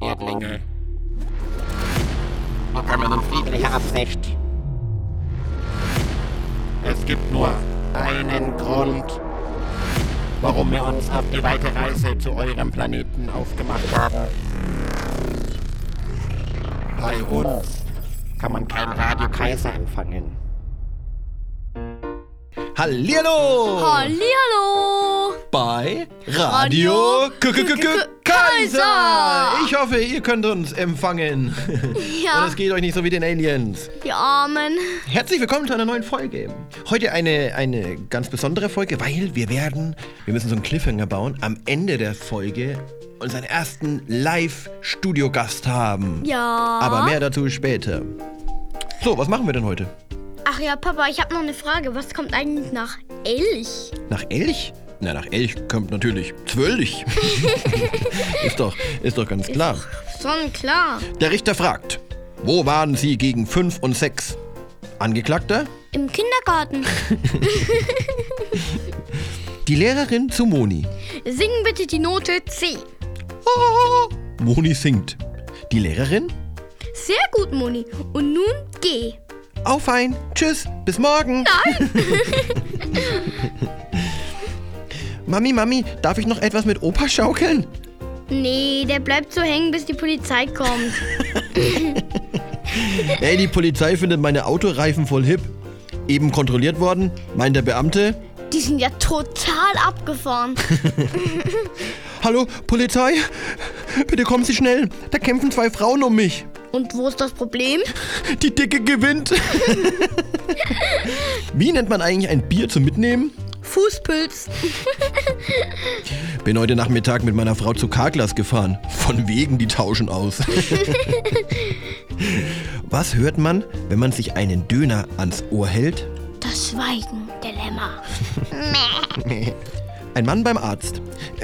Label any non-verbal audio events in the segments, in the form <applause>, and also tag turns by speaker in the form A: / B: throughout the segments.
A: Erdlinge. Wo kann man ihn friedlich herabsicht? Es gibt nur einen Grund, warum wir uns auf die weite Reise zu eurem Planeten aufgemacht haben. Bei uns kann man kein Radio Kaiser empfangen.
B: Hallihallo!
C: Hallihallo!
B: bei Radio
C: Radio
B: K- K- K- K- Kaiser.
C: Kaiser.
B: Ich hoffe, ihr könnt uns <laughs> empfangen. Und
C: Ja,
B: es geht euch nicht so wie den Aliens.
C: die Armen.
B: Herzlich willkommen zu einer neuen Folge. Heute eine, eine ganz besondere Folge, weil wir werden, wir müssen so einen Cliffhanger bauen, am Ende der Folge unseren ersten Live-Studiogast haben.
C: Ja.
B: Aber mehr dazu später. So, was machen wir denn heute?
C: Ach ja, Papa, ich habe noch eine Frage. Was kommt eigentlich nach Elch?
B: Nach Elch? Na, nach Elch kommt natürlich <laughs> Zwölch. ist, doch, ist doch ganz klar.
C: Schon klar.
B: Der Richter fragt, wo waren Sie gegen 5 und 6? Angeklagter?
C: Im Kindergarten.
B: Die Lehrerin zu Moni. <laughs>
C: Singen bitte die Note C.
B: Moni singt. Die Lehrerin?
C: Sehr gut, Moni. Und nun G.
B: Auf ein, tschüss, bis morgen. Nein. <laughs> Mami, Mami, darf ich noch etwas mit Opa schaukeln?
C: Nee, der bleibt so hängen, bis die
B: <laughs>
C: Polizei kommt.
B: Ey, die Polizei findet meine Autoreifen voll hip. Eben kontrolliert worden, meint der Beamte.
C: Die sind ja total abgefahren.
B: Hallo, Polizei, bitte kommen Sie schnell. Da kämpfen zwei Frauen um mich.
C: Und wo ist das Problem?
B: Die Dicke gewinnt. Wie nennt man eigentlich ein Bier zum Mitnehmen?
C: Fußpilz.
B: Bin heute Nachmittag mit meiner Frau zu Karglas gefahren. Von wegen, die tauschen aus. Was hört man, wenn man sich einen Döner ans Ohr hält?
C: Das Schweigen-Dilemma.
B: Ein Mann beim Arzt.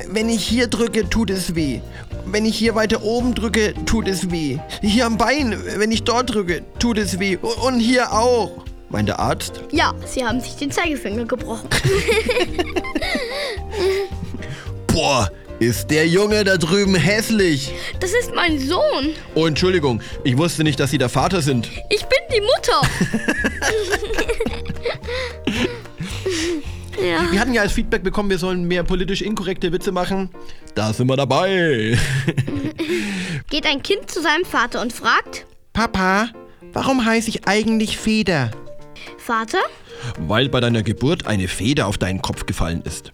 B: Wenn ich hier drücke, tut es weh. Wenn ich hier weiter oben drücke, tut es weh. Hier am Bein, wenn ich dort drücke, tut es weh. Und hier auch. Meint der Arzt.
C: Ja, sie haben sich den Zeigefinger gebrochen.
B: Boah, ist der Junge da drüben hässlich.
C: Das ist mein Sohn.
B: Oh, Entschuldigung, ich wusste nicht, dass Sie der Vater sind.
C: Ich bin die Mutter. ja.
B: Wir hatten ja als Feedback bekommen, wir sollen mehr politisch inkorrekte Witze machen. Da sind wir dabei.
C: Geht ein Kind zu seinem Vater und fragt:
B: <laughs> Papa, warum heiße ich eigentlich Feder?
C: Vater,
B: Weil bei deiner Geburt eine Feder auf deinen Kopf gefallen ist.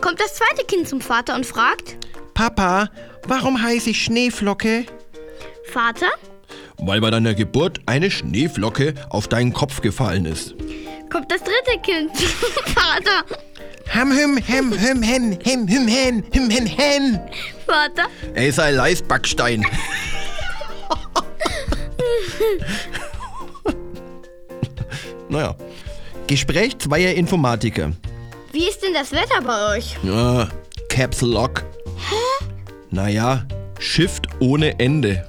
C: kommt das zweite Kind zum Vater und fragt:
B: Papa, warum heiße ich Schneeflocke?
C: Vater,
B: Weil bei deiner Geburt eine Schneeflocke auf deinen Kopf gefallen ist.
C: kommt das dritte Kind zum <laughs> Vater?
B: Ham, him, hem, hem, hem, hem, hem, hem, hem, hem, hem.
C: Vater,
B: Ey, sei leis, Backstein. naja. Gespräch zweier Informatiker.
C: wie ist denn das Wetter bei euch?
B: Ja, Caps Lock. Hä? Naja, Shift ohne Ende.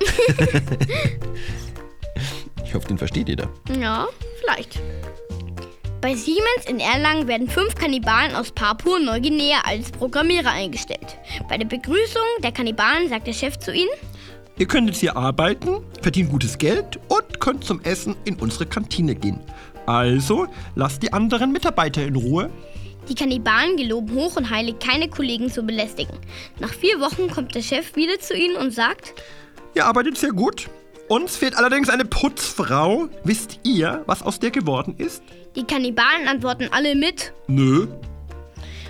B: ich hoffe, den versteht jeder.
C: Ja, vielleicht. Bei Siemens in Erlangen werden fünf Kannibalen aus Papua-Neuguinea als Programmierer eingestellt. Bei der Begrüßung der Kannibalen sagt der Chef zu ihnen:
B: Ihr könnt jetzt hier arbeiten, verdient gutes Geld und könnt zum Essen in unsere Kantine gehen. Also lasst die anderen Mitarbeiter in Ruhe.
C: Die Kannibalen geloben hoch und heilig, keine Kollegen zu belästigen. Nach vier Wochen kommt der Chef wieder zu ihnen und sagt,
B: Ihr arbeitet sehr gut. Uns fehlt allerdings eine Putzfrau. Wisst ihr, was aus der geworden ist?
C: die Kannibalen antworten alle mit
B: Nö.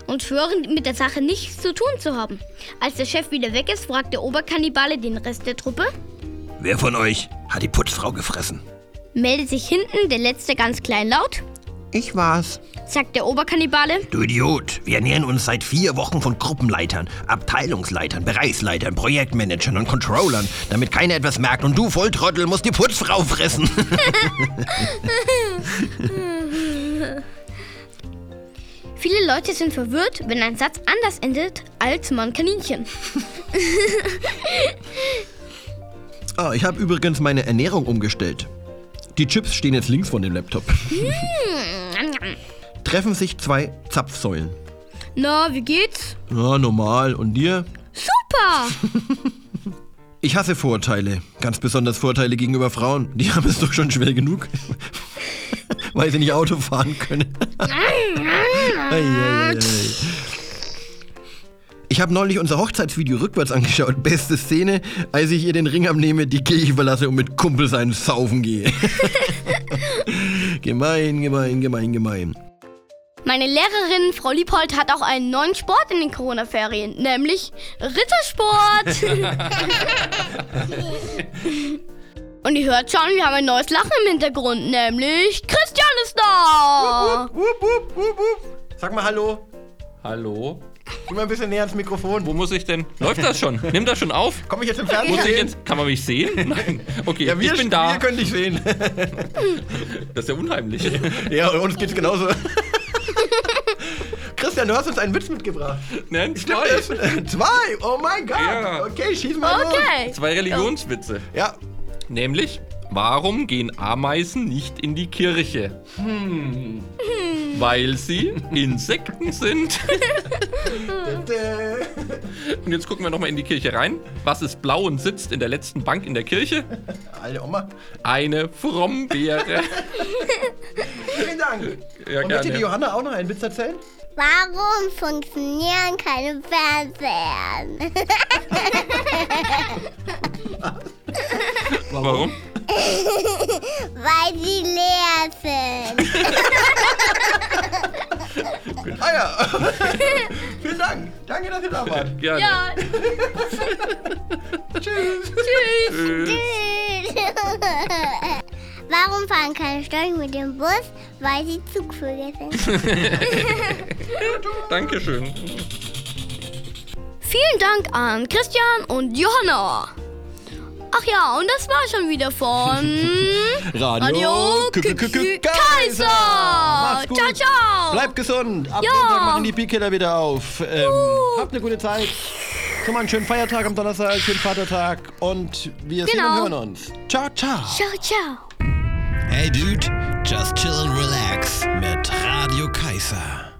C: und schwören, mit der Sache nichts zu tun zu haben. Als der Chef wieder weg ist, fragt der Oberkannibale den Rest der Truppe,
B: Wer von euch hat die Putzfrau gefressen?
C: meldet sich hinten der letzte ganz kleinlaut,
B: Ich war's.
C: sagt der Oberkannibale,
B: Du Idiot, wir ernähren uns seit vier Wochen von Gruppenleitern, Abteilungsleitern, Bereichsleitern, Projektmanagern und Controllern, damit keiner etwas merkt und du Volltrottel musst die Putzfrau fressen.
C: viele Leute sind verwirrt, wenn ein Satz anders endet als man Kaninchen.
B: Ah, ich habe übrigens meine Ernährung umgestellt. Die Chips stehen jetzt links von dem Laptop. Treffen sich zwei Zapfsäulen.
C: Na, wie geht's?
B: Ja, normal. Und dir?
C: Super!
B: Ich hasse Vorurteile. Ganz besonders Vorurteile gegenüber Frauen. Die haben es doch schon schwer genug. <laughs> Weil sie nicht Auto fahren können. <laughs> Ei, ei, ei, ei. Ich habe neulich unser Hochzeitsvideo rückwärts angeschaut. Beste Szene, als ich ihr den Ring abnehme, die Kirche verlasse und mit Kumpels einen Saufen gehe. <laughs> gemein, gemein, gemein, gemein.
C: Meine Lehrerin Frau Liebold hat auch einen neuen Sport in den Corona-Ferien, nämlich Rittersport. Und ihr hört schon, wir haben ein neues Lachen im Hintergrund, nämlich Christian ist da.
B: Wupp, wupp, wupp, wupp. Sag mal Hallo.
D: Hallo?
B: Geh mal ein bisschen näher ans Mikrofon.
D: Wo muss ich denn? Läuft
B: <laughs>
D: das schon? Nimm das schon auf?
B: Komme ich jetzt im
D: Muss ich
B: Fernsehen?
D: jetzt. Kann man
B: <laughs>
D: mich sehen? Nein. Okay,
B: Ja, wir,
D: ich bin da.
B: wir können dich sehen.
D: Das ist ja unheimlich.
B: <laughs> ja, und uns geht's genauso. <laughs> Christian, du hast uns einen Witz mitgebracht.
D: Nein,
B: Stimmt
D: zwei.
B: es? Zwei! Oh mein Gott!
D: Ja.
B: Okay, schieß mal los.
C: Okay.
D: Zwei Religionswitze.
B: Ja,
D: Nämlich, warum gehen Ameisen nicht in die Kirche? Hm. Weil sie Insekten sind. <laughs> Und jetzt gucken wir nochmal in die Kirche rein. Was ist blau und sitzt in der letzten Bank in der Kirche?
B: Alte Oma.
D: Eine
B: <laughs>
D: Frommbeere.
B: Vielen Dank.
D: Ja,
B: Und möchte
D: gerne.
B: die Johanna auch noch einen Witz erzählen?
E: Warum funktionieren keine Fernsehen?
D: Warum?
E: Weil sie leer sind.
B: Ah ja. Vielen Dank. Danke, dass ihr da wart.
D: Gerne.
C: Ja,
B: Tschüss.
C: tschüss.
D: Tschüss.
E: <laughs> Warum fahren keine Storchen mit dem Bus? Weil sie Zugvögel sind.
D: Dankeschön.
C: Vielen Dank an Christian und Johanna. Ach ja, und das war schon wieder von
B: <laughs>
C: Radio K- K- K- Kaiser.
B: Macht's gut.
C: Ciao, ciao.
B: Bleibt gesund. Ab
C: Ja.
B: Montag machen die Bikiller wieder auf. Ähm, Habt eine gute Zeit. Schon mal einen schönen Feiertag am Donnerstag, schönen Vatertag. Und wir sehen
C: Genau.
B: und hören uns. Ciao, ciao.
C: Ciao, ciao.
F: Hey Dude, just chill and relax mit Radio Kaiser.